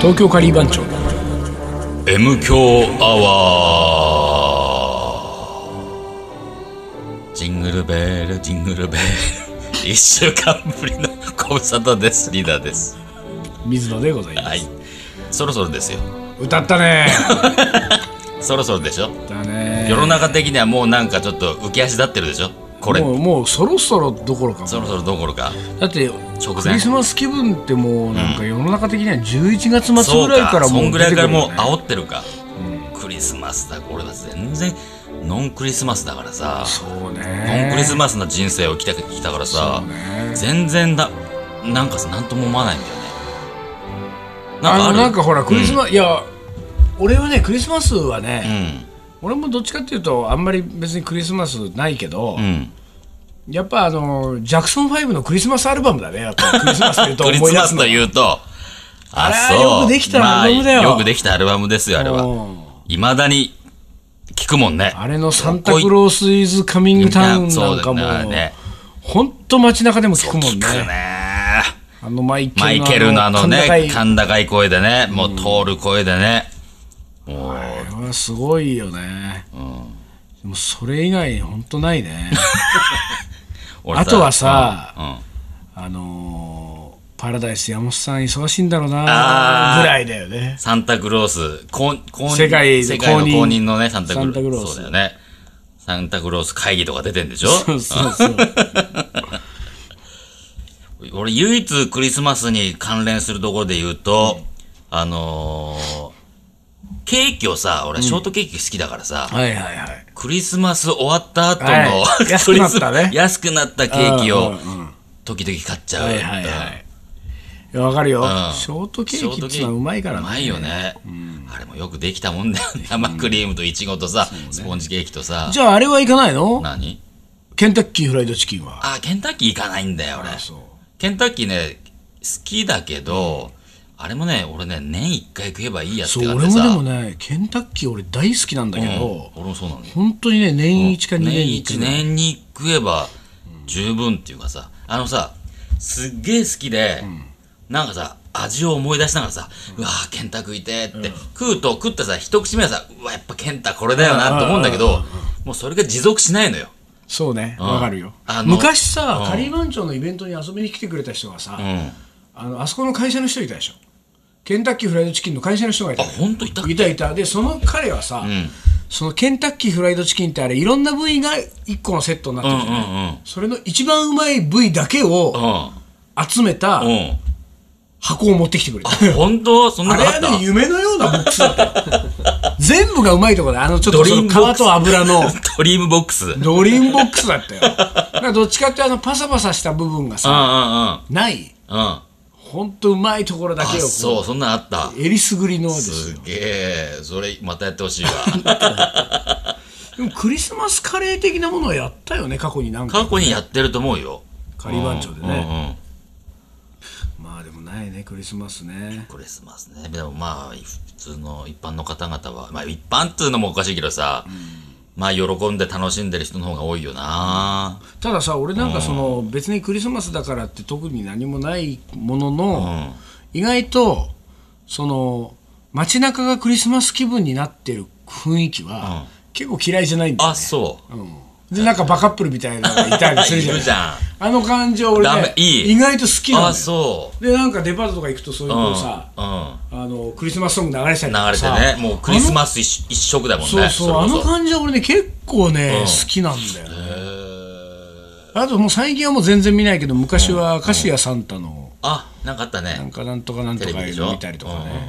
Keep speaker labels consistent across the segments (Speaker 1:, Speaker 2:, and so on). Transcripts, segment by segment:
Speaker 1: 東京カリー番長
Speaker 2: M 強アワージングルベルジングルベル一週間ぶりのご無沙汰ですリーダーです
Speaker 1: 水野でございます、
Speaker 2: はいそろそろですよ
Speaker 1: 歌った ね
Speaker 2: そろそろでしょ
Speaker 1: だね
Speaker 2: 世の中的にはもうなんかちょっと浮き足立ってるでしょこれ
Speaker 1: もうもうそろそろどころか
Speaker 2: そろそろどころか
Speaker 1: だって
Speaker 2: 直前
Speaker 1: クリスマス気分ってもうなんか世の中的には11月末
Speaker 2: そう
Speaker 1: ぐらいから
Speaker 2: かそ
Speaker 1: も
Speaker 2: ん
Speaker 1: う
Speaker 2: ぐ
Speaker 1: 出
Speaker 2: らい
Speaker 1: てく
Speaker 2: か
Speaker 1: る
Speaker 2: ら
Speaker 1: よ
Speaker 2: もう
Speaker 1: ね
Speaker 2: 煽ってるか、クリスマスだ俺だ全然ノンクリスマスだからさ
Speaker 1: そう
Speaker 2: ノンクリ
Speaker 1: ね
Speaker 2: スマスな人生を生きてきたからさ、
Speaker 1: ね
Speaker 2: 全然だなんかさなんとも思わないんだよねなんかあ
Speaker 1: あ
Speaker 2: る
Speaker 1: のなんかほらクリスマス、いや俺はねクリスマスはね、俺もどっちかっていうとあんまり別にクリスマスないけど、
Speaker 2: うん、うん、
Speaker 1: やっぱあのジャクソン5のクリスマスアルバムだねやっぱクリスマスというと
Speaker 2: クリ
Speaker 1: 思
Speaker 2: ス
Speaker 1: い出
Speaker 2: マ
Speaker 1: す
Speaker 2: ス
Speaker 1: の
Speaker 2: というとあ
Speaker 1: れはよくできたアルバムだよ
Speaker 2: まあよくできたアルバムですよあれは
Speaker 1: うん
Speaker 2: いまだに聞くもんね
Speaker 1: あれのサンタクロース・イズ・カミング・タウンなんか
Speaker 2: みんなそうだよ
Speaker 1: も
Speaker 2: ね、
Speaker 1: ほんと街中でも聞くもん
Speaker 2: 聞く
Speaker 1: ね。
Speaker 2: ね
Speaker 1: あのマイケルの
Speaker 2: マイケルのあのね
Speaker 1: 甲高い
Speaker 2: 甲高い声でねもう通る声でね、もう
Speaker 1: あれはすごいよね。でもそれ以外ほんとないね。
Speaker 2: 俺
Speaker 1: あとはさ
Speaker 2: うんうん
Speaker 1: あのーパラダイス山本さん忙しいんだろう
Speaker 2: あ
Speaker 1: な
Speaker 2: ー
Speaker 1: ぐらいだよね。
Speaker 2: サンタクロース、公公認
Speaker 1: 世界
Speaker 2: 世界の
Speaker 1: 公
Speaker 2: 公認
Speaker 1: 認
Speaker 2: のね、サンタク
Speaker 1: サン
Speaker 2: ロース。
Speaker 1: タクロース
Speaker 2: そうだよね。サンタクロース会議とか出てんでしょ
Speaker 1: そうそうそう。
Speaker 2: 俺、唯一クリスマスに関連するところで言うと、あのーケーキをさ、俺、ショートケーキ好きだからさ、
Speaker 1: はいはいはい。
Speaker 2: クリスマス終わった後の、
Speaker 1: はい 安くなったね
Speaker 2: クリス安くなったケーキ
Speaker 1: う
Speaker 2: を
Speaker 1: んうんうん
Speaker 2: 時々買っちゃう。
Speaker 1: はいはいは
Speaker 2: う
Speaker 1: い。
Speaker 2: ん
Speaker 1: いやわかるよ、
Speaker 2: うん
Speaker 1: ショートケーキっていうのはうまいから
Speaker 2: う
Speaker 1: ね。
Speaker 2: まいよね、あれもよくできたもんだよね生クリームとイチゴとさ、スポンジケーキとさ
Speaker 1: じゃああれはいかないの
Speaker 2: 何
Speaker 1: ケンタッキーフライドチキンは。
Speaker 2: あケンタッキー行かないんだよ俺
Speaker 1: そう。
Speaker 2: ケンタッキーね好きだけど、あれもね俺ね年一回食えばいいやって
Speaker 1: そう
Speaker 2: 感じ
Speaker 1: 俺
Speaker 2: で
Speaker 1: も
Speaker 2: さ
Speaker 1: でもねケンタッキー俺大好きなんだけ
Speaker 2: うん
Speaker 1: ど、
Speaker 2: 俺もそうなのよ
Speaker 1: 本当にね年一か2年
Speaker 2: 年
Speaker 1: に
Speaker 2: 一
Speaker 1: 1年
Speaker 2: 年に食えば十分っていうかさあのさすっげえ好きで、なんかさ味を思い出しながらさ、うわーケンタ食いてーって、食うと食ってさ一口目はさうわやっぱケンタこれだよなと思うんだけどもうそれが持続しないのよ
Speaker 1: そうね
Speaker 2: ん
Speaker 1: わ、かるよ
Speaker 2: あの
Speaker 1: 昔さ、
Speaker 2: うん
Speaker 1: カリー番長のイベントに遊びに来てくれた人がさ、
Speaker 2: うんあ
Speaker 1: あのあそこの会社の人いたでしょケンタッキーフライドチキンの会社の人がいたのよ
Speaker 2: 本当いたっけ
Speaker 1: いたいたでその彼はさ、そのケンタッキーフライドチキンってあれいろんな部位が1個のセットになってるじゃない、
Speaker 2: うんうんうん
Speaker 1: それの一番うまい部位だけを集めた
Speaker 2: うんうん
Speaker 1: 箱を持ってきてくれた、
Speaker 2: あ 本当そんな
Speaker 1: あ
Speaker 2: の
Speaker 1: れ
Speaker 2: あっ
Speaker 1: は
Speaker 2: た
Speaker 1: ね、夢のようなボックスだった。全部がうまいとこで、あのちょっ
Speaker 2: ド
Speaker 1: と
Speaker 2: リー
Speaker 1: その
Speaker 2: ムボッ
Speaker 1: 皮
Speaker 2: クス
Speaker 1: と油の
Speaker 2: ドリームボックスうんうん うん
Speaker 1: ドリームボックスだったよ。だからどっちかってあのパサパサした部分がさ、
Speaker 2: うん
Speaker 1: ない。
Speaker 2: あ
Speaker 1: ほんとうまいところだけを
Speaker 2: そ
Speaker 1: こ
Speaker 2: うそんなのあった
Speaker 1: う、えりすぐりのです
Speaker 2: す
Speaker 1: よ。
Speaker 2: げえそれまたやってほしいわ
Speaker 1: でもクリスマスカレー的なものはやったよね、過去になんか。
Speaker 2: 過去にやってると思うよ
Speaker 1: カリバン町で
Speaker 2: うん
Speaker 1: ね。
Speaker 2: うんうん
Speaker 1: まあでもないね、クリスマスね。
Speaker 2: クリスマスねでもまあ普通の一般の方々はまあ一般っつうのもおかしいけどさ、まあ喜んで楽しんでる人の方が多いよな
Speaker 1: たださ、俺なんかその、別にクリスマスだからって特に何もないもの
Speaker 2: う
Speaker 1: の、
Speaker 2: ん
Speaker 1: 意外とその街中がクリスマス気分になってる雰囲気は、結構嫌いじゃないんだよ
Speaker 2: あ
Speaker 1: ね
Speaker 2: そう
Speaker 1: うんでなんかバカップルみたいなのがいたりするじゃない
Speaker 2: いるじゃん
Speaker 1: あの感じは俺
Speaker 2: ダ
Speaker 1: ね
Speaker 2: メいい
Speaker 1: 意外と好きな
Speaker 2: あ
Speaker 1: のよ
Speaker 2: そ
Speaker 1: でなんかデパートとか行くとそういう
Speaker 2: う
Speaker 1: こ
Speaker 2: ん
Speaker 1: うさ、
Speaker 2: うん
Speaker 1: あのクリスマスソング流れてたりと
Speaker 2: 流
Speaker 1: か
Speaker 2: れて
Speaker 1: さ
Speaker 2: ねもうクリスマス一一色だもんね
Speaker 1: そうそうあ
Speaker 2: れこ
Speaker 1: の感じは俺ね結構ね、好きなんだよね、
Speaker 2: へー
Speaker 1: あともう最近はもう全然見ないけど昔は明石家サンタの
Speaker 2: あなんかあった
Speaker 1: なん
Speaker 2: ね
Speaker 1: かなんとかなんと
Speaker 2: テレ
Speaker 1: か
Speaker 2: ビで
Speaker 1: いう
Speaker 2: し
Speaker 1: の
Speaker 2: ょ
Speaker 1: 見たりとかね、
Speaker 2: ね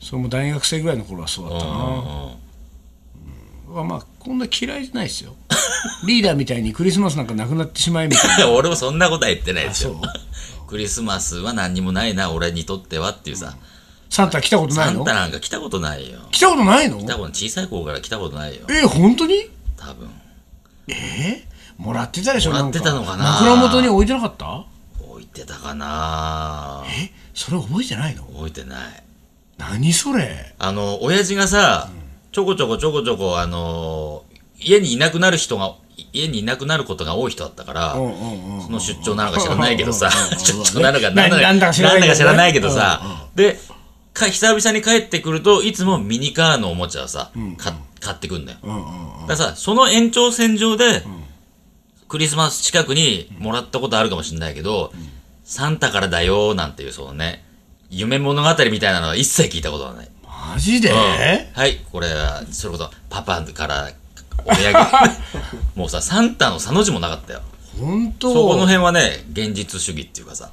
Speaker 1: それも大学生ぐらいの頃はそうだったな、まあこんな嫌いじゃないですよリーダーみたいにクリスマスなんかなくなってしまいみ たい
Speaker 2: 俺もそんなことは言ってないですよ
Speaker 1: なそう
Speaker 2: クリスマスは何にもないな俺にとってはっていうさ、
Speaker 1: サンタ来たこと
Speaker 2: サ
Speaker 1: ない
Speaker 2: ン
Speaker 1: の
Speaker 2: タなんか来たことないよ
Speaker 1: 来たことないの
Speaker 2: 来たこと小さい頃から来たことないよ
Speaker 1: え本当に
Speaker 2: 多分
Speaker 1: えもらってたでしょ
Speaker 2: もらってたのかなん
Speaker 1: 枕元に置いてなかった
Speaker 2: 置いてたかな
Speaker 1: えそれ覚えてないの
Speaker 2: 置いてない
Speaker 1: 何それ
Speaker 2: あの親父がさ、ちょこちょこちょこちょこあの家にいなくなる人が家にいなくなることが多い人だったから、
Speaker 1: うんうんうん
Speaker 2: その出張なのか知らないけどさ
Speaker 1: うんうんうん、
Speaker 2: 出張なのか何
Speaker 1: な
Speaker 2: なのか
Speaker 1: なんだか知らないけどね
Speaker 2: なんだか知らないけどさ、で、か久々に帰ってくると、いつもミニカーのおもちゃをさ、か買ってくんだよ。
Speaker 1: うんうん
Speaker 2: だからさ、その延長線上で、クリスマス近くにもらったことあるかもしれないけど、サンタからだよーなんていう、そのね、夢物語みたいなのは一切聞いたことはない。
Speaker 1: マジで、
Speaker 2: はい、これは、それこそ、パパから、お土 産。もうさ、サンタのサの字もなかったよ。
Speaker 1: 本当
Speaker 2: そこの辺はね、現実主義っていうかさ、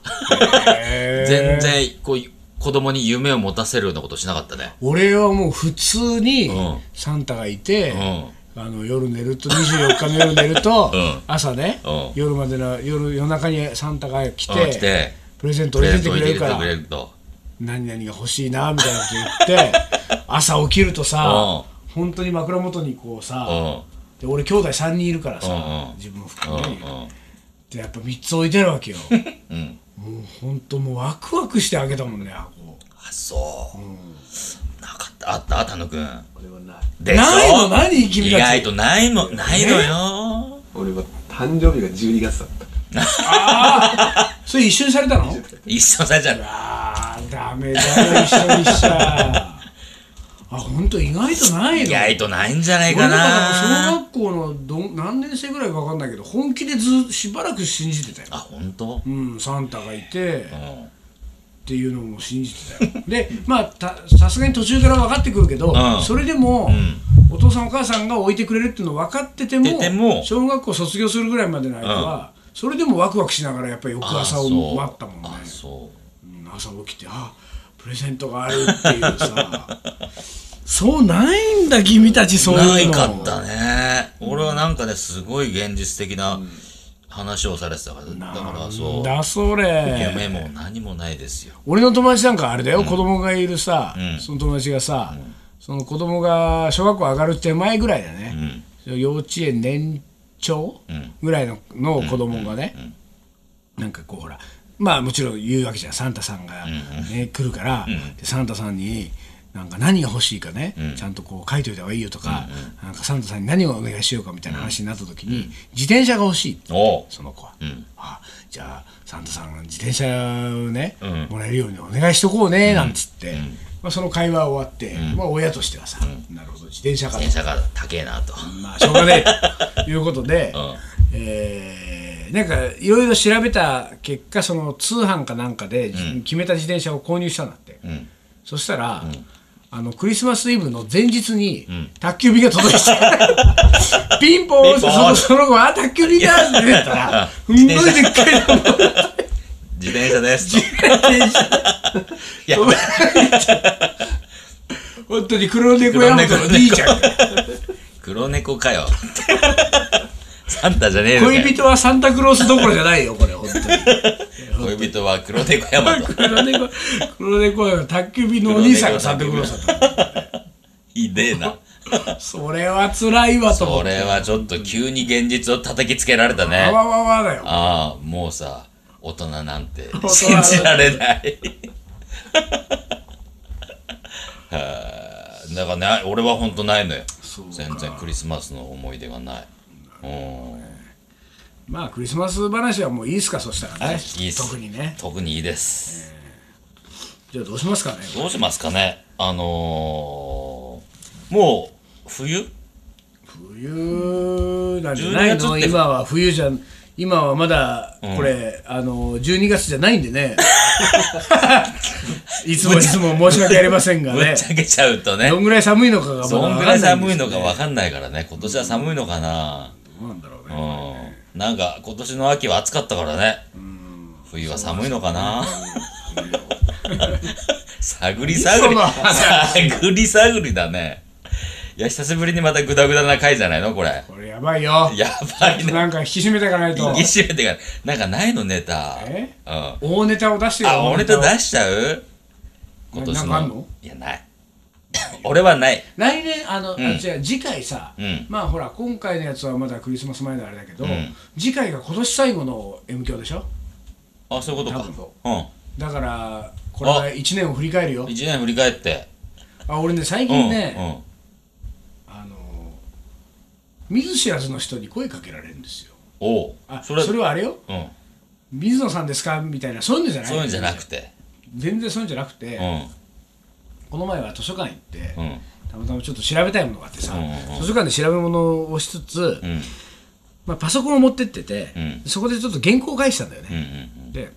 Speaker 1: へー
Speaker 2: 全然、こう、子供に夢を持たせるようなことしなかったね。
Speaker 1: 俺はもう普通に
Speaker 2: うん
Speaker 1: サンタがいて、
Speaker 2: うん。
Speaker 1: あの夜寝ると24日の夜寝ると、
Speaker 2: うん
Speaker 1: 朝ね、
Speaker 2: うん
Speaker 1: 夜までの夜夜中にサンタが来て,、
Speaker 2: うん、来て、
Speaker 1: プレゼント
Speaker 2: プ
Speaker 1: を入
Speaker 2: レ
Speaker 1: れ
Speaker 2: ゼン
Speaker 1: てく
Speaker 2: ト入
Speaker 1: れ
Speaker 2: れ
Speaker 1: る
Speaker 2: て
Speaker 1: か
Speaker 2: く
Speaker 1: ら
Speaker 2: れると。
Speaker 1: 何々が欲しいなみたいなこと 言って朝起きるとさ、本当に枕元にこうさ、
Speaker 2: うん。
Speaker 1: で俺兄弟3人いるからさ、
Speaker 2: うんうん
Speaker 1: 自分を
Speaker 2: うん
Speaker 1: 含
Speaker 2: う
Speaker 1: め、
Speaker 2: ん
Speaker 1: でやっぱ3つ置いてるわ けよ
Speaker 2: うん
Speaker 1: もう本当もうワクワクしてあげたもんね箱
Speaker 2: あそう、なかったあった田野くん
Speaker 3: 俺はない
Speaker 2: でしょ
Speaker 1: ないの何君
Speaker 2: 意
Speaker 1: たち
Speaker 2: 外とないのないのよ
Speaker 3: 俺は誕生日が12月だった
Speaker 1: それ一緒にされたの
Speaker 2: 一緒されちゃう
Speaker 1: あーダメだよ一緒にしちゃ あ本当意外とないの
Speaker 2: 意外とないんじゃない
Speaker 1: 俺
Speaker 2: か
Speaker 1: だから小
Speaker 2: な
Speaker 1: 学校のどん何年生ぐらいか分かんないけど本気でずしばらく信じてたよ
Speaker 2: あ本当
Speaker 1: うんサンタがいてっ
Speaker 2: うん
Speaker 1: ていうのも信じてたよ でまあたさすがに途中から分かってくるけど、
Speaker 2: うん
Speaker 1: それでも、
Speaker 2: ん
Speaker 1: お父さんお母さんが置いてくれるっていうの分かってても
Speaker 2: 出ても
Speaker 1: 小学校卒業するぐらいまでの間は、それでもワクワクしながらやっぱり翌
Speaker 2: あ
Speaker 1: 朝
Speaker 2: そ
Speaker 1: を
Speaker 2: う
Speaker 1: 待ったもんね
Speaker 2: あそ
Speaker 1: うん朝起きてあプレゼントがあるっていうさ そうないんだ君たちそうういうの
Speaker 2: ないかったね俺はなんかねすごい現実的な話をされてたからだから
Speaker 1: なん
Speaker 2: そう
Speaker 1: だそれ
Speaker 2: 夢も何もないですよ
Speaker 1: 俺の友達なんかあれだよ、子供がいるさ、
Speaker 2: ん
Speaker 1: その友達がさ、その子供が小学校上がる手前ぐらいだね、
Speaker 2: ん
Speaker 1: 幼稚園年長、
Speaker 2: ん
Speaker 1: ぐらいのの子供がね、なんかこうほらまあもちろん言うわけじゃんサンタさんが、ね来るから、でサンタさんになんか何が欲しいかね、ちゃんとこう書いといた方がいいよとか,、なんかサンタさんに何をお願いしようかみたいな話になった時に、自転車が欲しいって
Speaker 2: おう
Speaker 1: その子は、
Speaker 2: ん
Speaker 1: あじゃあサンタさん自転車をね、
Speaker 2: うん
Speaker 1: もらえるようにお願いしとこうねなんつって、まあ、その会話終わって、まあ、親としてはさ、なるほど自転車かと
Speaker 2: 電車が高えなと
Speaker 1: まあしょうがねえ ということで、
Speaker 2: ん
Speaker 1: えーなんかいろいろ調べた結果その通販かなんかで、決めた自転車を購入したんだって、
Speaker 2: ん
Speaker 1: そしたら、あのクリスマスイブの前日に、宅急便が 届いてたピンポーン
Speaker 2: ピン
Speaker 1: そ
Speaker 2: ポー
Speaker 1: の
Speaker 2: ン
Speaker 1: その後あ宅急便だって出たらすんごいでっかいのも
Speaker 2: 自転 車ですと
Speaker 1: 電車
Speaker 2: いや
Speaker 1: 本当に黒猫山本の兄ちゃんが
Speaker 2: 黒猫 かよ。サンタじゃねえのかよ
Speaker 1: 恋人はサンタクロースどころじゃないよこれ本当に。
Speaker 2: 恋人は黒猫山と。
Speaker 1: 黒猫、黒猫は宅急便のお兄さんがサンタクロースだった。
Speaker 2: ひでえな。
Speaker 1: それは辛いわと思
Speaker 2: そ
Speaker 1: って。
Speaker 2: れはちょっと急に現実を叩きつけられた
Speaker 1: あ
Speaker 2: ね。
Speaker 1: わわわだよ。
Speaker 2: ああ、もうさ、大人なんて
Speaker 1: 人
Speaker 2: 信じられない。 はあだからね、俺は本当ないのよ。全然クリスマスの思い出がない。うん
Speaker 1: まあクリスマス話はもういいっすか、そしたら
Speaker 2: はい
Speaker 1: ね。
Speaker 2: いいっす
Speaker 1: 特にね。
Speaker 2: 特にいいです。
Speaker 1: じゃあどうしますかね。
Speaker 2: どうしますかねあのー、もう、冬
Speaker 1: 冬なんじゃない
Speaker 2: 12
Speaker 1: の
Speaker 2: 月って
Speaker 1: 今は冬じゃ、今はまだ、これ、あの、12月じゃないんでね。 いつもいつも申し訳ありませんが
Speaker 2: ぶっ
Speaker 1: ね。
Speaker 2: ちゃけちゃうとね
Speaker 1: ど。んぐらい寒いのかがまだ
Speaker 2: どん
Speaker 1: わ
Speaker 2: ぐ
Speaker 1: からん
Speaker 2: い
Speaker 1: ないん
Speaker 2: 寒
Speaker 1: です
Speaker 2: いのかわかんないからね。今年は寒いのかな。
Speaker 1: どうなんだろう
Speaker 2: う
Speaker 1: ね。
Speaker 2: ん。なんか今年の秋は暑かったからね。冬は寒いのかな。探り探り
Speaker 1: その。
Speaker 2: 探り探りだね。いや、久しぶりにまたグダグダな回じゃないのこれ。
Speaker 1: これやばいよ。
Speaker 2: やばいね。
Speaker 1: なんか引き締めていかないと
Speaker 2: 引。き締めてから。なんかないのネタ。
Speaker 1: え
Speaker 2: うん。
Speaker 1: 大ネタを出してよ
Speaker 2: あ、俺と出しちゃう今年
Speaker 1: な
Speaker 2: の。
Speaker 1: んかあんの
Speaker 2: いや、ない。俺はない。
Speaker 1: 来年あの、あ違う次回さ、
Speaker 2: うん
Speaker 1: まあほら今回のやつはまだクリスマス前のあれだけど、
Speaker 2: ん
Speaker 1: 次回が今年最後の M 響でしょ
Speaker 2: あ、そういうこと
Speaker 1: 多分
Speaker 2: か
Speaker 1: そ。
Speaker 2: う
Speaker 1: だからこれは1年を振り返るよ
Speaker 2: ん。一年振り返って。
Speaker 1: あ俺ね最
Speaker 2: うん。
Speaker 1: 近ね、あの見ず知らずの人に声かけられるんですよ
Speaker 2: うん。おう
Speaker 1: あ。そ
Speaker 2: そ
Speaker 1: れ
Speaker 2: れ、
Speaker 1: はあれよ
Speaker 2: うん。
Speaker 1: 水野さんですかみたいなそういうんじゃない
Speaker 2: そういうんじゃなくて。
Speaker 1: 全然そういうんじゃなくて、
Speaker 2: うん。
Speaker 1: この前は図書館行って、
Speaker 2: うん
Speaker 1: たまたまちょっと調べたいものがあってさ、
Speaker 2: うんうんうん
Speaker 1: 図書館で調べ物をしつつ、
Speaker 2: うん
Speaker 1: まあ、パソコンを持ってってて、
Speaker 2: うん
Speaker 1: そこでちょっと原稿を書いてたんだよ
Speaker 2: うんう
Speaker 1: ね、
Speaker 2: ん
Speaker 1: で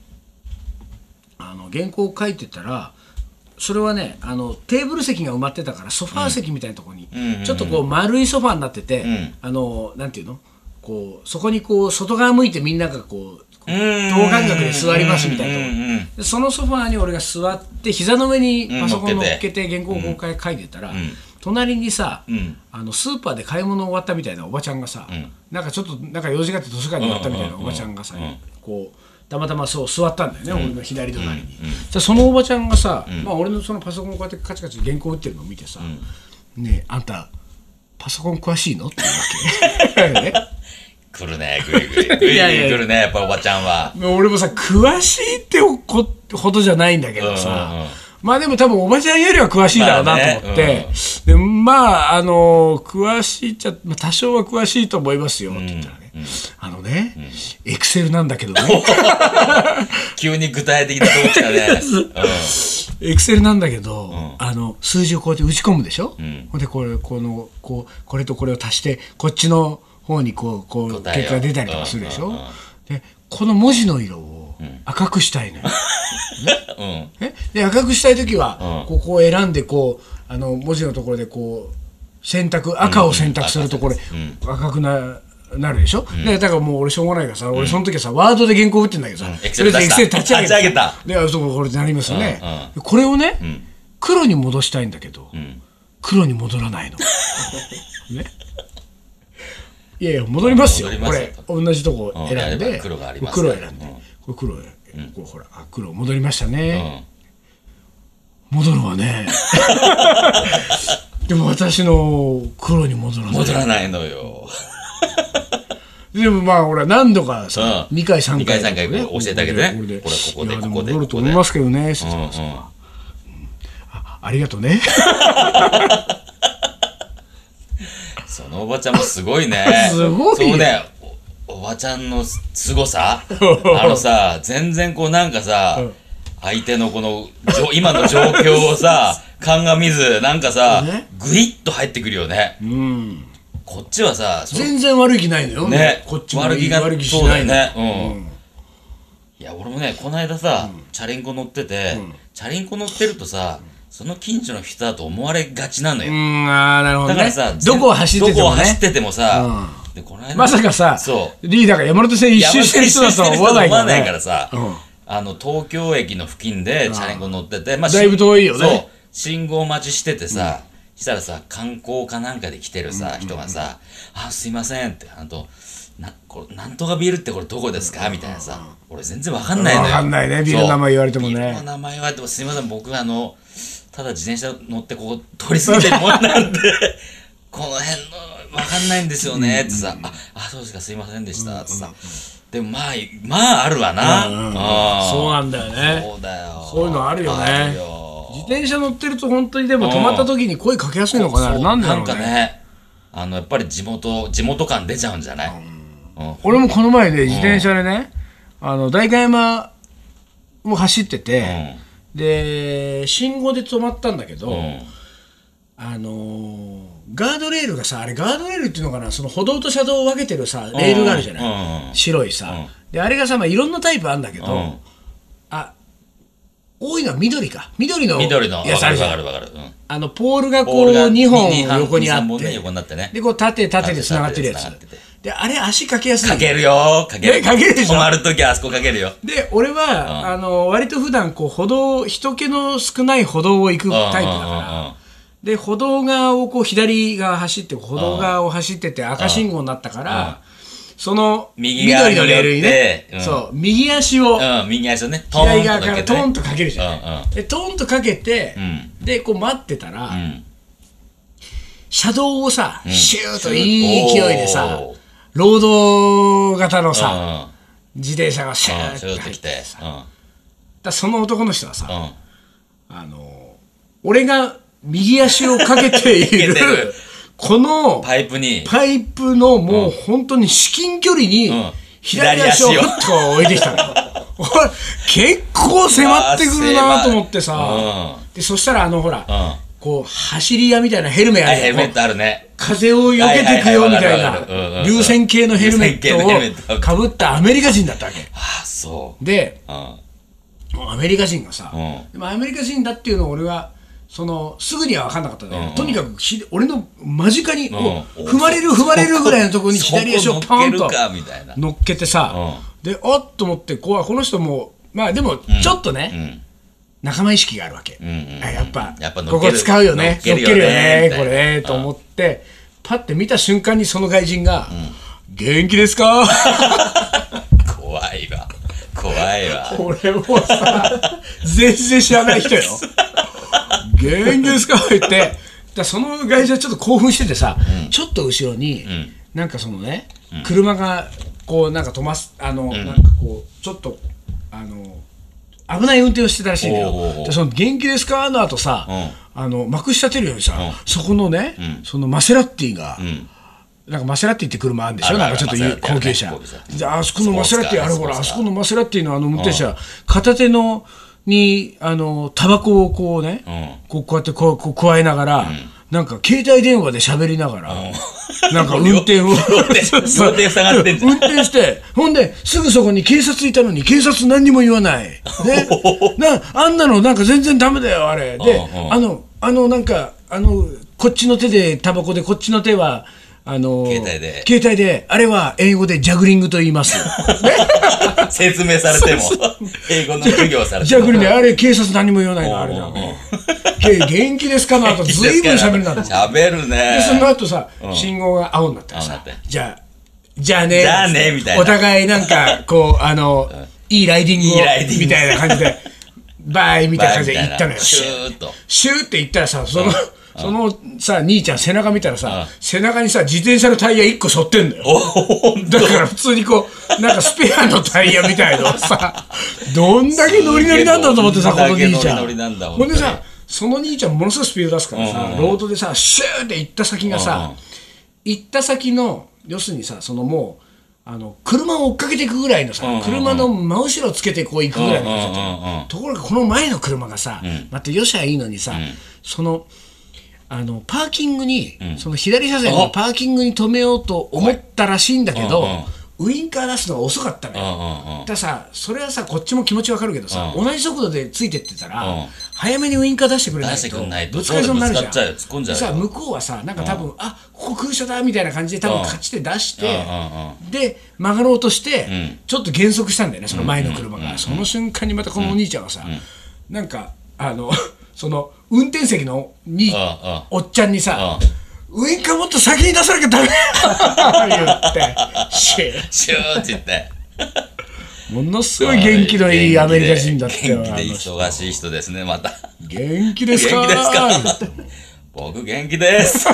Speaker 1: あの原稿を書いてたらそれはねあのテーブル席が埋まってたからソファー席みたいなところに、
Speaker 2: うん
Speaker 1: ちょっとこう丸いソファーになってて、
Speaker 2: ん
Speaker 1: あのなんていうのこうそこにこう外側向いてみんながこうこう
Speaker 2: うん
Speaker 1: 等間隔で座りますみたいなとこ
Speaker 2: うんうんうん
Speaker 1: でそのソファーに俺が座って膝の上にパソコ
Speaker 2: う
Speaker 1: ン
Speaker 2: ん
Speaker 1: 乗
Speaker 2: 乗っ
Speaker 1: っ
Speaker 2: け
Speaker 1: けて
Speaker 2: て
Speaker 1: 原稿を公開書いてたら、
Speaker 2: ん
Speaker 1: 隣にさ、
Speaker 2: ん
Speaker 1: あのスーパーで買い物終わったみたいなおばちゃんがさ、
Speaker 2: ん
Speaker 1: なんかちょっとなんか用事があって図書館に寄ったみたいなおばちゃんがさ、こうたまたまそう座ったんだよね、俺の左隣に、じゃそのおばちゃんがさ、まあ、俺のそのパソコンをこうやってカチカチ原稿打ってるのを見てさ「ねえあんたパソコン詳しいの?」って言う わけ ね
Speaker 2: 来るねグイグイグイグイ
Speaker 1: いやいや
Speaker 2: 来るねやっぱおばちゃんは
Speaker 1: 俺もさ詳しいってこほどじゃないんだけどさ、
Speaker 2: うんうんうん
Speaker 1: まあでも多分おばちゃんよりは詳しいだろうなと思って、
Speaker 2: まあね
Speaker 1: でまああの詳しいっちゃ、まあ、多少は詳しいと思いますよって言ったらね、あのねエクセルなんだけどね
Speaker 2: 急に具体的なとこ来たね
Speaker 1: エクセルなんだけど、あの数字をこうやって打ち込むでしょ、
Speaker 2: ん
Speaker 1: ほんでこれこのこうこれとこれを足してこっちの方にこうこう
Speaker 2: 答えを
Speaker 1: 結果が出たりとかするでしょ、
Speaker 2: うんうんうん
Speaker 1: でこの文字の色を赤くしたいのよ、
Speaker 2: うんうん
Speaker 1: ね、で赤くしたい時は、
Speaker 2: うん
Speaker 1: ここを選んでこうあの文字のところでこう選択赤を選択するとこれ、赤くななるでしょ、でだからもう俺しょうがないからさ、俺その時はさワードで原稿打ってんだけどさ、
Speaker 2: んエクセル出
Speaker 1: とりあえずエ
Speaker 2: した
Speaker 1: クセル立ち上げた
Speaker 2: 立
Speaker 1: であそうこれなりますよね、
Speaker 2: う
Speaker 1: これをね、黒に戻したいんだけど、
Speaker 2: ん
Speaker 1: 黒に戻らない のねいやいや戻りますよ
Speaker 2: 戻り
Speaker 1: こ
Speaker 2: ますよ
Speaker 1: れ同じとこ
Speaker 2: うん
Speaker 1: 選ん
Speaker 2: やれ
Speaker 1: で、
Speaker 2: ば黒があります
Speaker 1: 黒選んで、
Speaker 2: うん
Speaker 1: これ黒、こうほらあ黒戻りました
Speaker 2: う
Speaker 1: ね、
Speaker 2: ん
Speaker 1: 戻るわ ねでも私の黒に戻らない
Speaker 2: 戻らないのよ
Speaker 1: でもまあ俺は何度かさ、
Speaker 2: うん
Speaker 1: 2回3回
Speaker 2: 二回三回こう教えてあげてね
Speaker 1: これで
Speaker 2: これここで
Speaker 1: いや
Speaker 2: ここで
Speaker 1: 戻ると思いますけどね
Speaker 2: うんうん
Speaker 1: ありがとうね
Speaker 2: そのおばちゃんもすごいね
Speaker 1: すごい
Speaker 2: そうねおおばちゃんのすすごさあのさ全然こうなんかさ、
Speaker 1: ん
Speaker 2: 相手のこのじょ今の状況 をさ鑑みずなんかさ
Speaker 1: ね
Speaker 2: グイッと入ってくるよね
Speaker 1: うん
Speaker 2: こっちはさその
Speaker 1: 全然悪い気ないのよ、
Speaker 2: ね
Speaker 1: こっちも
Speaker 2: 悪気が
Speaker 1: 悪気し
Speaker 2: そう
Speaker 1: な
Speaker 2: だ
Speaker 1: い
Speaker 2: よ
Speaker 1: の
Speaker 2: ねうん、いや俺もねこの間さ、チャリンコ乗ってて、チャリンコ乗ってるとさその近所の人だと思われがちなのよ、
Speaker 1: うんあーなるほど
Speaker 2: だ
Speaker 1: ね
Speaker 2: からさ、
Speaker 1: どこを走ってて
Speaker 2: どこを
Speaker 1: も
Speaker 2: 走っ
Speaker 1: ね
Speaker 2: ててもさ、でこの間
Speaker 1: まさかさ
Speaker 2: そ
Speaker 1: リーダーが山手線
Speaker 2: う、
Speaker 1: 一周してる人だとは思わないから
Speaker 2: 山手線一周してる人だと
Speaker 1: ね
Speaker 2: 思わないからさ、
Speaker 1: うん
Speaker 2: あの東京駅の付近でチャリンコ乗ってて、まあ
Speaker 1: だいぶ遠いよね
Speaker 2: そう信号待ちしててさ、したらさ観光かなんかで来てるさ、人がさ「あすいません」ってあとなこれなんとかビールってこれどこですかみたいなさ、俺全然わかんないのよ
Speaker 1: わかんないねビールの名前言われてもね
Speaker 2: そうビールの名前言われてもすいません僕あのただ自転車乗ってここ通り過ぎてるもんなんで この辺のわかんないんですよねってさ「ああそうですかすいませんでした」ってさ、でもまあまああるわな、
Speaker 1: うんうん
Speaker 2: あー
Speaker 1: そうなんだよね
Speaker 2: そうだよ
Speaker 1: そういうのあるよね
Speaker 2: あるよ
Speaker 1: 自転車乗ってると本当にでも止まった時に声かけやすいのかな、あれなんでだろう
Speaker 2: か
Speaker 1: ね
Speaker 2: ねあのやっぱり地元地元感出ちゃうんじゃない、うん
Speaker 1: 俺もこの前ね自転車でね、あの代官山を走ってて、で信号で止まったんだけど、
Speaker 2: うん
Speaker 1: あのーガードレールがさあれガードレールっていうのかなその歩道と車道を分けてるさレールがあるじゃない、
Speaker 2: うんうん
Speaker 1: 白いさ、であれがさ、まあ、いろんなタイプあるんだけど、
Speaker 2: うん
Speaker 1: あ多いのは緑か緑の
Speaker 2: 緑の
Speaker 1: や
Speaker 2: わ
Speaker 1: つあ
Speaker 2: か
Speaker 1: る
Speaker 2: る
Speaker 1: じ
Speaker 2: わ
Speaker 1: ゃ
Speaker 2: か
Speaker 1: ん
Speaker 2: るわかる、うん
Speaker 1: あのポールが
Speaker 2: ポ
Speaker 1: こ
Speaker 2: ー
Speaker 1: う
Speaker 2: ルが
Speaker 1: 2本
Speaker 2: 二二
Speaker 1: 横にあ
Speaker 2: 二三
Speaker 1: っ
Speaker 2: 本ね
Speaker 1: て
Speaker 2: 横になってね
Speaker 1: でこう縦縦でつながってるやつ
Speaker 2: 縦で繋がってて
Speaker 1: であれ足かけやすい
Speaker 2: かけるよかける
Speaker 1: ねかけるでしょ
Speaker 2: 止まるときあそこかけるよ
Speaker 1: で俺は、あの割と普段こう歩道人気の少ない歩道を行くタイプだから、で歩道側をこう左側走って歩道側を走ってて赤信号になったから、その
Speaker 2: 右側に
Speaker 1: 緑のレールにね、
Speaker 2: 寄ってうん
Speaker 1: そう右足を
Speaker 2: うんうん、うん、右足をねトーン
Speaker 1: 左側からトン
Speaker 2: と
Speaker 1: とかけるじゃない、
Speaker 2: うんうん
Speaker 1: でトンとかけて、
Speaker 2: う
Speaker 1: でこう待ってたら、
Speaker 2: かけてね
Speaker 1: 車道をさ、シューッと
Speaker 2: シュー
Speaker 1: いい勢いでさ
Speaker 2: おー
Speaker 1: 労働型の
Speaker 2: うん
Speaker 1: さ、
Speaker 2: うん
Speaker 1: 自転車がシュ
Speaker 2: うんうんちょ
Speaker 1: ー
Speaker 2: っ
Speaker 1: ッ
Speaker 2: と
Speaker 1: と
Speaker 2: 来て
Speaker 1: さ
Speaker 2: うんうん
Speaker 1: だからその男の人はさ、あの俺が右足をかけてい
Speaker 2: かけ
Speaker 1: る
Speaker 2: てる
Speaker 1: この
Speaker 2: パイプに
Speaker 1: パイプのもう本当に至近距離に
Speaker 2: うん
Speaker 1: 左足をふ
Speaker 2: 左
Speaker 1: っ
Speaker 2: 足を
Speaker 1: と置いてきたの。 おい結構迫ってくるなと思って
Speaker 2: う
Speaker 1: さ
Speaker 2: ん。
Speaker 1: でそしたらあのほら
Speaker 2: うん。
Speaker 1: こう走り屋みたいなヘルメットあ
Speaker 2: あ
Speaker 1: るじ
Speaker 2: ヘ
Speaker 1: ゃん
Speaker 2: ルメットあるね。
Speaker 1: 風を避けてくよみたい
Speaker 2: はいはいはいわかるわかるうんうんう
Speaker 1: なん流線形のヘルメ
Speaker 2: 流線形のヘルメ
Speaker 1: ッ
Speaker 2: ット
Speaker 1: トをかぶったアメリカ人だったわけ
Speaker 2: ああ、そう。
Speaker 1: で
Speaker 2: うん。
Speaker 1: もうアメリカ人がさ、
Speaker 2: うん
Speaker 1: でもアメリカ人だっていうのを俺はそのすぐには分かんなかったんだけど、
Speaker 2: うん
Speaker 1: とにかくひ俺の間近に、もう
Speaker 2: うん
Speaker 1: 踏まれる踏まれるぐらいのところに
Speaker 2: そこ
Speaker 1: 左足を
Speaker 2: そ
Speaker 1: パ
Speaker 2: こ乗っ
Speaker 1: ン
Speaker 2: け
Speaker 1: と
Speaker 2: るかみたいな
Speaker 1: 乗っけてさ、でおっと思ってこうこの人もまあでもちょっとね、
Speaker 2: うん。
Speaker 1: 仲間意識があるわけ、
Speaker 2: んうん
Speaker 1: あやっぱ
Speaker 2: やっぱ乗
Speaker 1: こ
Speaker 2: っけ
Speaker 1: こ
Speaker 2: る
Speaker 1: 使うよね
Speaker 2: 乗っけるよねみたいな
Speaker 1: これと思ってパッて見た瞬間にその外人が「元気ですか? 」
Speaker 2: 怖いわ。怖いわ。
Speaker 1: 俺もさ全然知らない人よ「元気ですか?」って言ってだからその外人はちょっと興奮しててさ、ちょっと後ろに、なんかそのね、車がこうなんか止ますあの、なんかこうちょっとあの危ない運転をしてたらしいんだ
Speaker 2: おうおうお
Speaker 1: よ
Speaker 2: う
Speaker 1: でその「元気ですか?」の後さ、あのまくし立てるようにさ、そこのね、そのマセラッティが、なんかマセラッティって車あるんでしょ
Speaker 2: ある
Speaker 1: な
Speaker 2: あ
Speaker 1: ん
Speaker 2: る
Speaker 1: かちょっと
Speaker 2: マセラ
Speaker 1: 高
Speaker 2: ッティあるね
Speaker 1: 級車
Speaker 2: 高級車
Speaker 1: であそこのマセラッティあれ
Speaker 2: ス
Speaker 1: ほ
Speaker 2: ポ
Speaker 1: ら
Speaker 2: ーツカーね
Speaker 1: あそこのマセラッティのあの運転手は片手のにあのタバコをこうね、こうこうやってこうこう加えながら、なんか携帯電話で喋りながら、 なんか運転を
Speaker 2: 両手両手塞がってんじゃん
Speaker 1: 運転して、ほんで、すぐそこに警察いたのに、警察何にも言わない。 ね。な、あんなのなんか全然ダメだよ、あれ。で
Speaker 2: うんう、ん
Speaker 1: あの、あの、なんか、あの、こっちの手でタバコで、こっちの手は、あの、
Speaker 2: 携帯で
Speaker 1: 携帯で、あれは英語でジャグリングと言い ます。ね
Speaker 2: 説明されても、英語の授業され
Speaker 1: ジ
Speaker 2: て
Speaker 1: ャ
Speaker 2: も
Speaker 1: グリングで、あれ警察何も言わないの、あれだ
Speaker 2: うんうんうん
Speaker 1: ね。け元気ですかの 後、ずいぶん喋るなと思って。
Speaker 2: 喋るね
Speaker 1: でその後さ、信号が青になったら
Speaker 2: 青
Speaker 1: さ
Speaker 2: になって
Speaker 1: じゃあじゃあね
Speaker 2: じゃあねみたいな
Speaker 1: お互いなんかこ うあの、いいライディングを
Speaker 2: いいライディング
Speaker 1: みたいな感じでバイみたいな感じで
Speaker 2: バイ
Speaker 1: 行
Speaker 2: みたいな
Speaker 1: ったのよ
Speaker 2: シューッと
Speaker 1: シューって行ったらさその、そのさ兄ちゃん背中見たらさ、背中にさ自転車のタイヤ1個背負ってんだよ
Speaker 2: おほんと
Speaker 1: だから普通にこうなんかスペアのタイヤみたいのをさどんだけノリノリなんだと思ってさ
Speaker 2: す
Speaker 1: こ
Speaker 2: げえ
Speaker 1: の兄ちゃん
Speaker 2: どんだけノリノリなんだ
Speaker 1: ほんで
Speaker 2: 本
Speaker 1: さその兄ちゃんものすごいスピード出すからさ、
Speaker 2: うんうんうん
Speaker 1: ロードでさシューって行った先がさ、
Speaker 2: うんうん
Speaker 1: 行った先の要するにさそのもうあの車を追っかけていくぐらいのさ、
Speaker 2: んうんうん
Speaker 1: 車の真後ろつけてこう行くぐらいのさ、
Speaker 2: うんうんうんうん
Speaker 1: ところがこの前の車がさ、またよしゃいいのにさ、そのあのパーキングに、その左車線のパーキングに止めようと思ったらしいんだけど、
Speaker 2: うんうん
Speaker 1: ウインカー出すのが遅かったのよ、
Speaker 2: うんうんうん
Speaker 1: ださそれはさこっちも気持ちわかるけどさ、同じ速度でついてってたら、
Speaker 2: うん
Speaker 1: 早めにウインカー出してくれないと
Speaker 2: 出してくれないと
Speaker 1: ぶつかりそうになるじゃん
Speaker 2: そうだよぶつかっちゃうよ突っ込んじゃうよ
Speaker 1: さ向こうはさなんか多分、あここ空車だみたいな感じで多分
Speaker 2: うん
Speaker 1: 勝ちで出して、
Speaker 2: うんうん
Speaker 1: で曲がろうとして、
Speaker 2: ん
Speaker 1: ちょっと減速したんだよねその前の車が、その瞬間にまたこのお兄ちゃんはさ、なんかあの その運転席のに、
Speaker 2: うんうん
Speaker 1: おっちゃんにさ、
Speaker 2: うん
Speaker 1: ウインカーもっと先に出さなきゃダメ 言ってシェ
Speaker 2: シューって言って。
Speaker 1: ものすごい元気のいいアメリカ人だったよ
Speaker 2: 元気
Speaker 1: あ
Speaker 2: で
Speaker 1: の人
Speaker 2: 忙しい人ですね、また。
Speaker 1: 元気ですか
Speaker 2: 元気ですか
Speaker 1: 言って
Speaker 2: 僕元気です。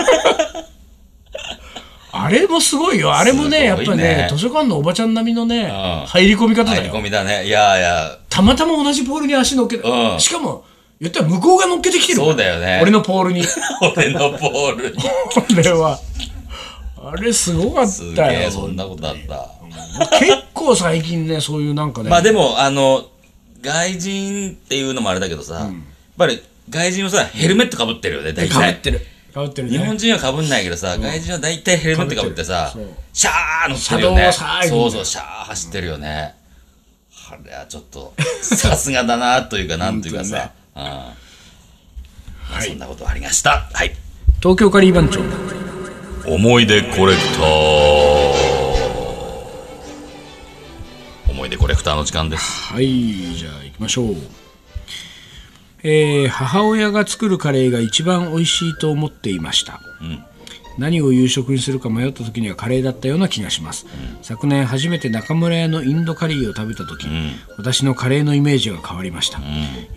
Speaker 1: あれもすごいよ、あれもね、
Speaker 2: す
Speaker 1: や
Speaker 2: ご
Speaker 1: っ
Speaker 2: い
Speaker 1: ぱ
Speaker 2: ね
Speaker 1: りね、図書館のおばちゃん並みのね、
Speaker 2: ん
Speaker 1: 入り込み方
Speaker 2: 入
Speaker 1: だ
Speaker 2: り
Speaker 1: よ
Speaker 2: 込。みだね。いやいや、
Speaker 1: たまたま同じポールに足乗っけ
Speaker 2: う
Speaker 1: て、
Speaker 2: ん
Speaker 1: しかも、言ったら向こうが乗っけてきてるから
Speaker 2: そうだよね
Speaker 1: 俺のポール に。
Speaker 2: 俺のボールに。
Speaker 1: これは、あれすごかっ
Speaker 2: すげ
Speaker 1: た
Speaker 2: え、
Speaker 1: よ。
Speaker 2: そんなことあった。
Speaker 1: 結構最近ね、そういうなんかね、
Speaker 2: まあでも、あの、外人っていうのもあれだけどさ、やっぱり外人はさ、ヘルメットかぶってるよね、大
Speaker 1: かぶっ
Speaker 2: 体。
Speaker 1: てる。かぶってる
Speaker 2: 日本
Speaker 1: ね。
Speaker 2: 人はかぶんないけどさ、外人は大体ヘルメットかぶってさ
Speaker 1: 被ってるそう、
Speaker 2: シャー乗ってるよ
Speaker 1: 車道
Speaker 2: ね。
Speaker 1: をさー
Speaker 2: そうそう、シャー走ってるよね。あれはちょっ と、さすがだなというか、なんというかさ、うんまあそんなことありました。はい。
Speaker 1: 東京カリー番長。
Speaker 2: 思い出コレクター。思い出コレクターの時間です。
Speaker 1: はい、じゃあ行きましょう。えー母親が作るカレーが一番美味しいと思っていました。何を夕食にするか迷った時にはカレーだったような気がします、昨年初めて中村屋のインドカリーを食べた時、私のカレーのイメージが変わりました、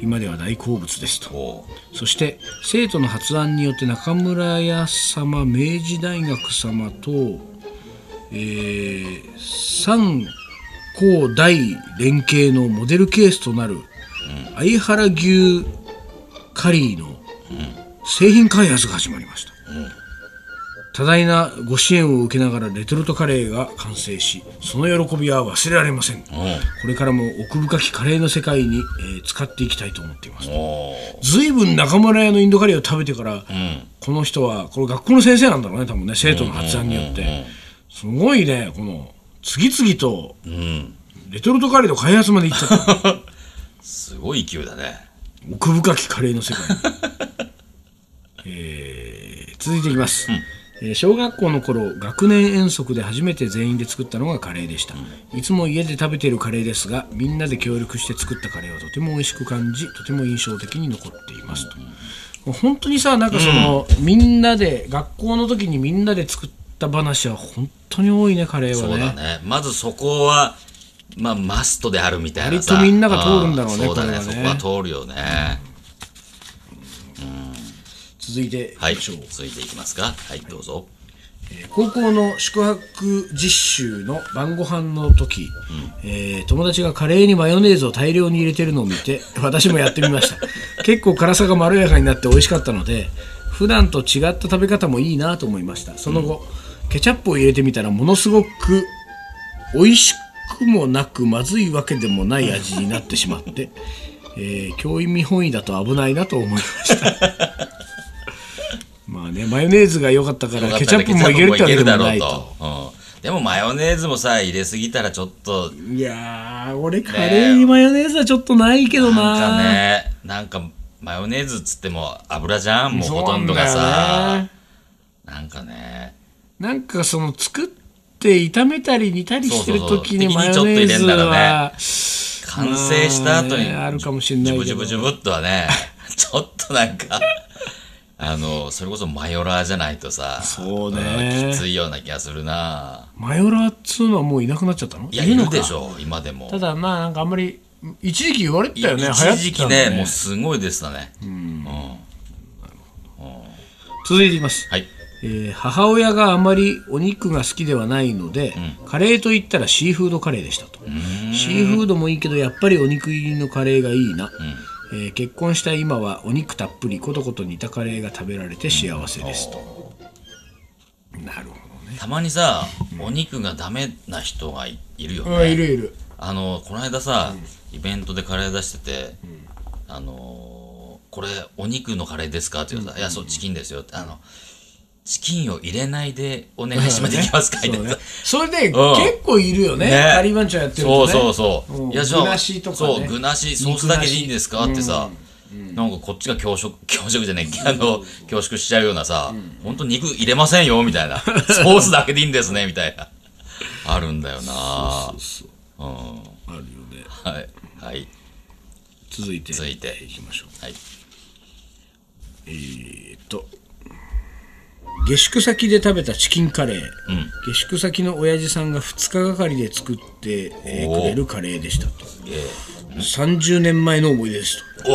Speaker 1: 今では大好物ですと
Speaker 2: おう
Speaker 1: そして生徒の発案によって中村屋様明治大学様と、えー三高大連携のモデルケースとなる相原牛カリーの製品開発が始まりました、多大なご支援を受けながらレトルトカレーが完成しその喜びは忘れられませんこれからも奥深きカレーの世界に、えー使っていきたいと思っています
Speaker 2: お
Speaker 1: ずいぶん中村屋のインドカレーを食べてから、この人はこれ学校の先生なんだろうね多分ね生徒の発案によって、すごいねこの次々と
Speaker 2: ーうん。
Speaker 1: レトルトカレーの開発までいっちゃった
Speaker 2: すごい勢いだね。
Speaker 1: 奥深きカレーの世界 に、えー続いていきます、えー小学校の頃学年遠足で初めて全員で作ったのがカレーでした、いつも家で食べているカレーですがみんなで協力して作ったカレーはとても美味しく感じとても印象的に残っていますと、もう本当にさなんかその、みんなで学校の時にみんなで作った話は本当に多いねカレーは
Speaker 2: そう
Speaker 1: ね
Speaker 2: だね。まずそこは、まあ、マストであるみたいなさ。
Speaker 1: 割とみんなが通るんだろうね
Speaker 2: あーそうだね。
Speaker 1: こ
Speaker 2: そ
Speaker 1: れ
Speaker 2: こ
Speaker 1: は
Speaker 2: は
Speaker 1: ね
Speaker 2: 通るよね。
Speaker 1: 続いていき
Speaker 2: はい。
Speaker 1: ましょう、
Speaker 2: 続いていきますか。はい、どうぞ。
Speaker 1: 高校の宿泊実習の晩ご飯の時、えー友達がカレーにマヨネーズを大量に入れてるのを見て 私もやってみました結構辛さがまろやかになって美味しかったので普段と違った食べ方もいいなと思いましたその後、ケチャップを入れてみたらものすごく美味しくもなくまずいわけでもない味になってしま って、えー教員見本位だと危ないなと思いました まあね、マヨネーズが良かったからケチャップもいけるってわけでもない
Speaker 2: ケチャップ
Speaker 1: と。
Speaker 2: もいけるだろうとうん。でもマヨネーズもさ、入れすぎたらちょっと、
Speaker 1: いやー、俺カレーにマヨネーズはちょっとないけど
Speaker 2: なん
Speaker 1: な。
Speaker 2: かね、なんかマヨネーズっつっても油じゃん、もう
Speaker 1: そう
Speaker 2: ほ
Speaker 1: な
Speaker 2: とん
Speaker 1: ん
Speaker 2: ど
Speaker 1: だ
Speaker 2: が
Speaker 1: よ
Speaker 2: さ
Speaker 1: ね。。
Speaker 2: なんかね、
Speaker 1: なんかその作って炒めたり煮たりしてる時に
Speaker 2: そう
Speaker 1: マ
Speaker 2: そう
Speaker 1: ヨ
Speaker 2: そう
Speaker 1: ネーズ
Speaker 2: 適にちょっと入れんなら
Speaker 1: は、
Speaker 2: 完成した後に、
Speaker 1: まあねあるかもしれないけど
Speaker 2: ジュブジュブジュブっとはね、 ちょっとなんか、あの、それこそマヨラーじゃないとさ、
Speaker 1: そうね
Speaker 2: んきついような気がするな。
Speaker 1: マヨラーっつうのはもういなくなっちゃったの
Speaker 2: いや、
Speaker 1: る
Speaker 2: い
Speaker 1: の
Speaker 2: る
Speaker 1: か
Speaker 2: でしょう、今でも。
Speaker 1: ただまあなんかあんまり、一時期言われてたよね、
Speaker 2: 一時期
Speaker 1: 流行って
Speaker 2: ね
Speaker 1: たんだ
Speaker 2: もうすごいでしたね。うん。
Speaker 1: 続いていきます。
Speaker 2: はい。
Speaker 1: えー母親があまりお肉が好きではないので、カレーと言ったらシーフードカレーでしたとシーフードもいいけどやっぱりお肉入りのカレーがいいな、えー結婚した今はお肉たっぷりコトコト煮たカレーが食べられて幸せですと、なるほ
Speaker 2: たまにさ、お肉がダメな人がいいるよ
Speaker 1: どね、
Speaker 2: ね。
Speaker 1: いるいる
Speaker 2: あの、この間さ、イベントでカレー出してて、あのー、これお肉のカレーですかって言うからさ、いや、そう、チキンですよって、あの、チキンを入れないでお願 いしますできますかみたいな
Speaker 1: そう
Speaker 2: さ
Speaker 1: ね。それで、
Speaker 2: ん
Speaker 1: 結構いるよね
Speaker 2: ね
Speaker 1: カリー番長やってる
Speaker 2: そ
Speaker 1: と
Speaker 2: う
Speaker 1: ね
Speaker 2: そうそう、
Speaker 1: うん
Speaker 2: いやじゃあ
Speaker 1: 具なしとかね
Speaker 2: そう具なしソースだけでいいんですかってさ、なんかこっちが強 食強食じゃねえあの恐縮しちゃうようなさ、ほんと肉入れませんよ みたいなソースだけでいいんですねみたいなあるんだよなそうそう
Speaker 1: あるよね
Speaker 2: んはいはい
Speaker 1: 続いて
Speaker 2: 続いて
Speaker 1: いきましょう
Speaker 2: はい
Speaker 1: えーっと下宿先で食べたチキンカレー、下宿先の親父さんが2日がかりで作って、えー
Speaker 2: おー
Speaker 1: くれるカレーでしたと
Speaker 2: え
Speaker 1: 30年前の思い出です
Speaker 2: ー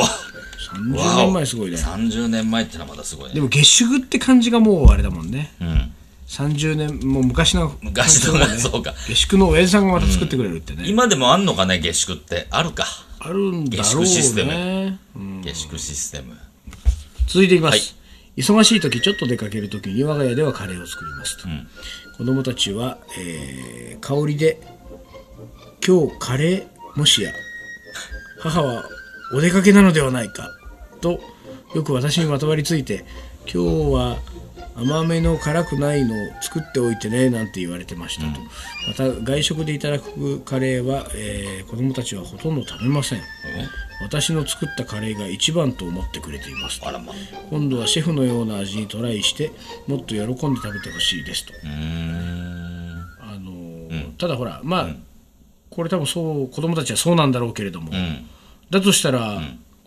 Speaker 2: うわ
Speaker 1: と30年前すごいね
Speaker 2: 30年前ってのはまだすごい
Speaker 1: で
Speaker 2: ね
Speaker 1: も下宿って感じがもうあれだもんね
Speaker 2: うん
Speaker 1: 30年もう昔の
Speaker 2: 昔の
Speaker 1: 感じだもんね
Speaker 2: そうか
Speaker 1: 下宿の親父さんがまた作ってくれるってね、
Speaker 2: 今でもあんのかね下宿ってあるか
Speaker 1: あるんだ
Speaker 2: 下
Speaker 1: ろう
Speaker 2: 宿システ
Speaker 1: ね
Speaker 2: 下宿システム
Speaker 1: 続いていきます、忙しい時ちょっと出かける時に我が家ではカレーを作りますと、子供たちは、えー香りで「今日カレーもしや母はお出かけなのではないか」とよく私にまとわりついて「今日は甘めの辛くないのを作っておいてね」なんて言われてましたと、また外食でいただくカレーは、えー子供たちはほとんど食べません私の作ったカレーが一番と思ってくれていますと
Speaker 2: あらま
Speaker 1: 今度はシェフのような味にトライしてもっと喜んで食べてほしいですと、
Speaker 2: うーん
Speaker 1: あのーただほらまあ、これ多分そう子供たちはそうなんだろうけれども、
Speaker 2: うん
Speaker 1: だとしたら、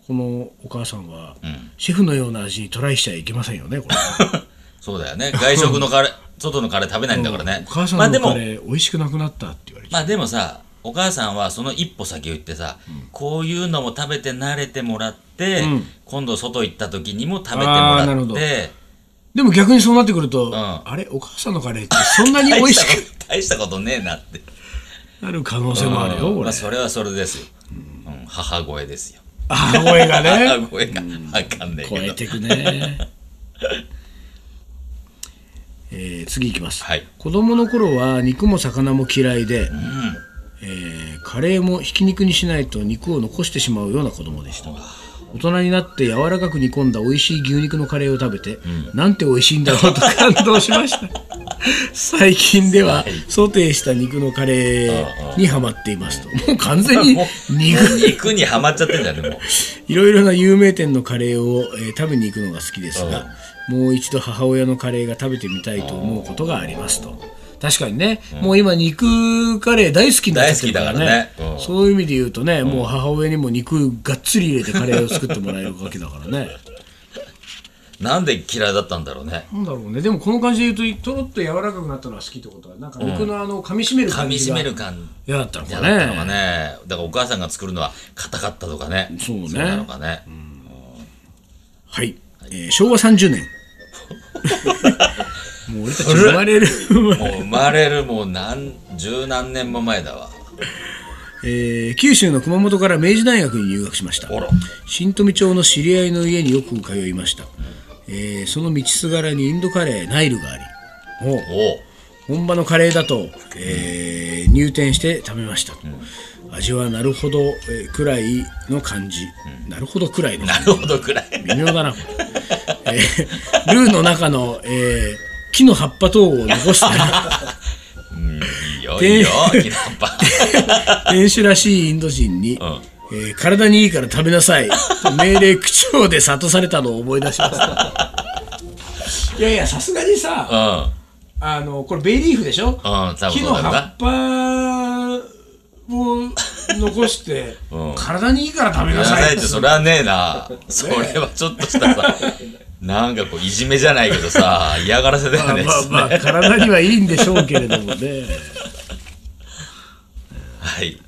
Speaker 1: このお母さんは、
Speaker 2: ん
Speaker 1: シェフのような味にトライしちゃいけませんよねこれ
Speaker 2: そうだよね。外食のカレー、外のカレー食べないん だからね。
Speaker 1: お母さん
Speaker 2: まあで
Speaker 1: のカ
Speaker 2: も、
Speaker 1: レー美味しくなくなったって言われて、
Speaker 2: まあでもさ、お母さんはその一歩先を言ってさ、こういうのも食べて慣れてもらって、今度外行った時にも食べても
Speaker 1: あー
Speaker 2: ら
Speaker 1: なるほ
Speaker 2: っ
Speaker 1: ど
Speaker 2: て、
Speaker 1: でも逆にそうなってくると、
Speaker 2: ん
Speaker 1: あれお母さんのカレーってそんなに美
Speaker 2: 大
Speaker 1: 味
Speaker 2: し
Speaker 1: したく
Speaker 2: こと、大したことねえなって。
Speaker 1: なる可能性もあるよ、
Speaker 2: うん
Speaker 1: こ
Speaker 2: ま
Speaker 1: れ
Speaker 2: あそれはそれですよ。うん母声ですよ。
Speaker 1: あ声が ね
Speaker 2: 母声がわかんない
Speaker 1: 超
Speaker 2: け
Speaker 1: え
Speaker 2: ど。
Speaker 1: てくねえ えー次いきます、
Speaker 2: はい
Speaker 1: 子供の頃は肉も魚も嫌いで、えーカレーもひき肉にしないと肉を残してしまうような子供でした大人になって柔らかく煮込んだ美味しい牛肉のカレーを食べて、なんて美味しいんだろうと感動しま した最近ではソテーした肉のカレーにはまっていますともう完全 に
Speaker 2: もう
Speaker 1: 肉
Speaker 2: 肉にはまっちゃってんじゃんでも
Speaker 1: いろいろな有名店のカレーを、えー食べに行くのが好きですが、もう一度母親のカレーが食べてみたいと思うことがありますと。確かにね、もう今肉カレー大好きになっちゃってるからね
Speaker 2: 大好きだからねうん
Speaker 1: そういう意味で言うとね、もう母親にも肉がっつり入れてカレーを作ってもらえるわけだからね
Speaker 2: なんで嫌いだったんだろうね
Speaker 1: なんだろうねでもこの感じで言うととろっと柔らかくなったのは好きってことはなんか肉のあの噛みしめる
Speaker 2: 噛
Speaker 1: 感
Speaker 2: み
Speaker 1: じが
Speaker 2: 締める感じ
Speaker 1: 嫌だったの
Speaker 2: だ
Speaker 1: か
Speaker 2: っ
Speaker 1: ね
Speaker 2: たのがねだからお母さんが作るのは硬かったとかね
Speaker 1: そうね
Speaker 2: なのかね、
Speaker 1: はい、えー昭和30年 もう俺たち生まれる
Speaker 2: もう生まれるもう何十何年も前だわ
Speaker 1: えー九州の熊本から明治大学に入学しました
Speaker 2: あら
Speaker 1: 新富町の知り合いの家によく通いました、えーその道すがらにインドカレーナイルがありおう
Speaker 2: おう
Speaker 1: 本場のカレーだと、えー入店して食べましたと、味はなるほど、えーくらいの感じ、なるほどくらいの
Speaker 2: な
Speaker 1: 感じ
Speaker 2: るほどくらい
Speaker 1: 微妙だな、これえールーの中の、えー木の葉っぱ等を残した
Speaker 2: いいよ
Speaker 1: で
Speaker 2: いいよキラッパ
Speaker 1: 店主らしいインド人に、
Speaker 2: ん
Speaker 1: えー体にいいから食べな さいと命令口調で諭されたのを思い出しましたいやいやさすがにさあのこれベイリーフでしょ、
Speaker 2: うん多分
Speaker 1: 木
Speaker 2: そ
Speaker 1: の
Speaker 2: うだろ
Speaker 1: 葉
Speaker 2: うな
Speaker 1: っぱを残して、
Speaker 2: うん
Speaker 1: 体にいいから食べ
Speaker 2: うん
Speaker 1: な
Speaker 2: な
Speaker 1: さ
Speaker 2: さい
Speaker 1: いっ
Speaker 2: っ
Speaker 1: て
Speaker 2: てそれはねえなそれはちょっとしたさなんかこういじめじゃないけどさ嫌がらせだよね
Speaker 1: まあまあまあ体にはいいんでしょうけれどもね
Speaker 2: はい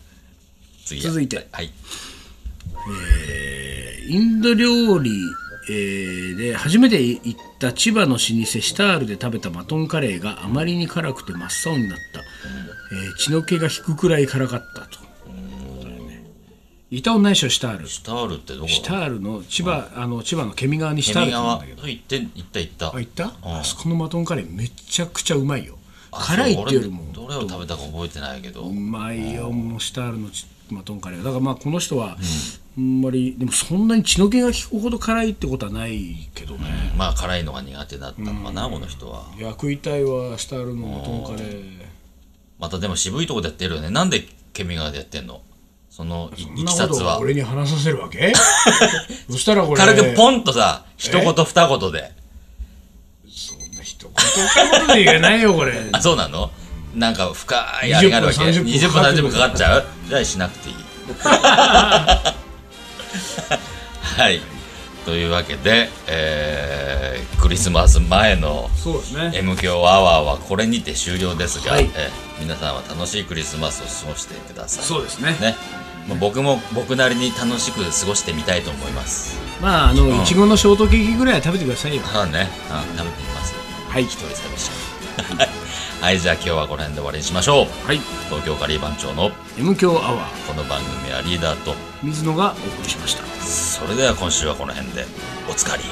Speaker 2: 次や
Speaker 1: 続いて
Speaker 2: はい
Speaker 1: インド料理、えーで初めて行った千葉の老舗シタールで食べたマトンカレーがあまりに辛くて真っ青になった、えー血の気が引くくらい辛かったと、イタオン内緒シタールシ
Speaker 2: シタールってどこ
Speaker 1: タールの千葉、あの千葉のケミ川にシタールっ
Speaker 2: 右
Speaker 1: て言うん
Speaker 2: 側
Speaker 1: だけど
Speaker 2: 行って行った行った
Speaker 1: あ行った
Speaker 2: うん
Speaker 1: あそこのマトンカレーめちゃくちゃうまいよ
Speaker 2: あ
Speaker 1: 辛いっていうよりも
Speaker 2: そう俺どれを食べたか覚えてないけど
Speaker 1: うまいよもうシタールのちマトンカレーだからまあこの人は、あんまりでもそんなに血の気が引くほど辛いってことはないけどね、
Speaker 2: まあ辛いのが苦手だったのかなこの人はい
Speaker 1: や食いたいわシタールのマトンカレー
Speaker 2: またでも渋いとこでやってるよねなんでケミガでやってんのそのい
Speaker 1: そん
Speaker 2: い
Speaker 1: な
Speaker 2: き
Speaker 1: こ
Speaker 2: さ
Speaker 1: と
Speaker 2: つは
Speaker 1: 俺に話させるわけそしたらこれ
Speaker 2: 軽くポ
Speaker 1: ン
Speaker 2: ンとさ一言二言で
Speaker 1: そんな一言二言で言えないよこれ
Speaker 2: あそうなのなんか深いあれがあるわけ
Speaker 1: 20
Speaker 2: 20
Speaker 1: 分
Speaker 2: 分
Speaker 1: 30分かかって
Speaker 2: 30分
Speaker 1: る
Speaker 2: かかっちゃうじゃあしなく ていいはいというわけで、えークリスマス前の
Speaker 1: そうですね
Speaker 2: M 強アワーはこれにて終了ですが、
Speaker 1: はい
Speaker 2: えー皆さんは楽しいクリスマスを過ごしてください
Speaker 1: そうですね
Speaker 2: ね、まあ僕も僕なりに楽しく過ごしてみたいと思います
Speaker 1: まああのいちごのショートケーキぐらいは食べてくださいよ
Speaker 2: そうね、うん、食べてみます
Speaker 1: はい
Speaker 2: 一人寂しい はいじゃあ今日はこの辺で終わりにしましょう
Speaker 1: はい
Speaker 2: 東京カリー番長の
Speaker 1: M 強アワー
Speaker 2: この番組はリーダーと
Speaker 1: 水野がお送りしました
Speaker 2: それでは今週はこの辺でおつかり